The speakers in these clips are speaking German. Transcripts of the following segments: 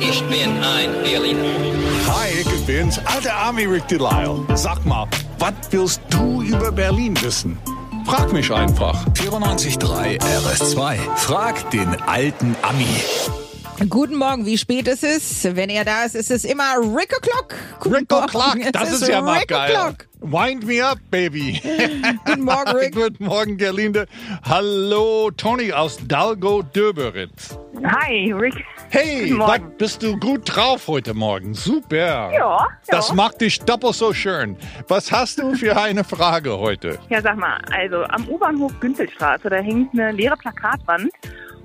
Ich bin ein Berliner. Hi, ich bin's, alter Army Rick Delisle. Sag mal, was willst du über Berlin wissen? Frag mich einfach. 94.3 RS2. Frag den alten Ami. Guten Morgen, wie spät ist es? Wenn er da ist, ist es immer Rick O'Clock. Guten Rick Morgen, O'Clock, es das ist, ja mal Rick geil. O'Clock. Wind me up, baby. Guten Morgen, Rick. Guten Morgen, Gerlinde. Hallo, Toni aus Dalgo Döberitz. Hi, Rick. Hey, Guten was Morgen. bist du gut drauf heute Morgen? Super. ja. Das macht dich doppelt so schön. Was hast du für eine Frage heute? Ja, sag mal, also am U-Bahnhof Günzelstraße, da hängt eine leere Plakatwand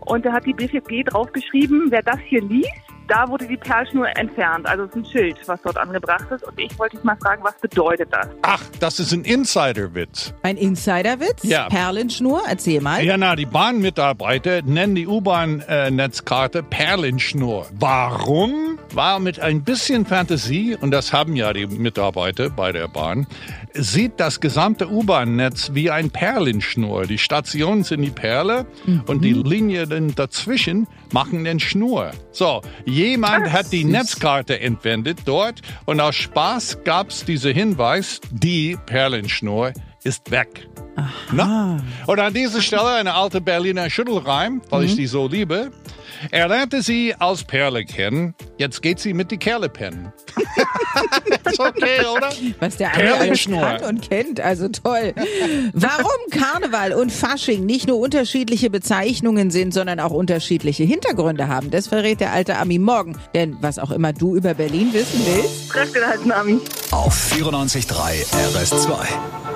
und da hat die BVG draufgeschrieben, wer das hier liest, da wurde die Perlschnur entfernt. Also es ist ein Schild, was dort angebracht ist. Und ich wollte dich mal fragen, was bedeutet das? Ach, das ist ein Insiderwitz. Ein Insiderwitz? Ja. Perlenschnur? Erzähl mal. Ja, na, die Bahnmitarbeiter nennen die U-Bahn-Netzkarte Perlenschnur. Warum? War mit ein bisschen Fantasie, und das haben ja die Mitarbeiter bei der Bahn, sieht das gesamte U-Bahn-Netz wie ein Perlenschnur. Die Stationen sind die Perle und die Linien dazwischen machen den Schnur. So, jemand hat die Netzkarte entwendet dort und aus Spaß gab's diese Hinweis, die Perlenschnur ist weg. Na? Und an dieser Stelle eine alte Berliner Schüttelreim, weil ich die so liebe. Er lernte sie als Perle kennen, jetzt geht sie mit die Kerle pennen. ist okay, oder? Was der eine alles Perlenschnur. kann und kennt, also toll. Warum Karneval und Fasching nicht nur unterschiedliche Bezeichnungen sind, sondern auch unterschiedliche Hintergründe haben, das verrät der alte Ami morgen. Denn was auch immer du über Berlin wissen willst, Kräfte halt, Nami. Auf 94.3 RS2.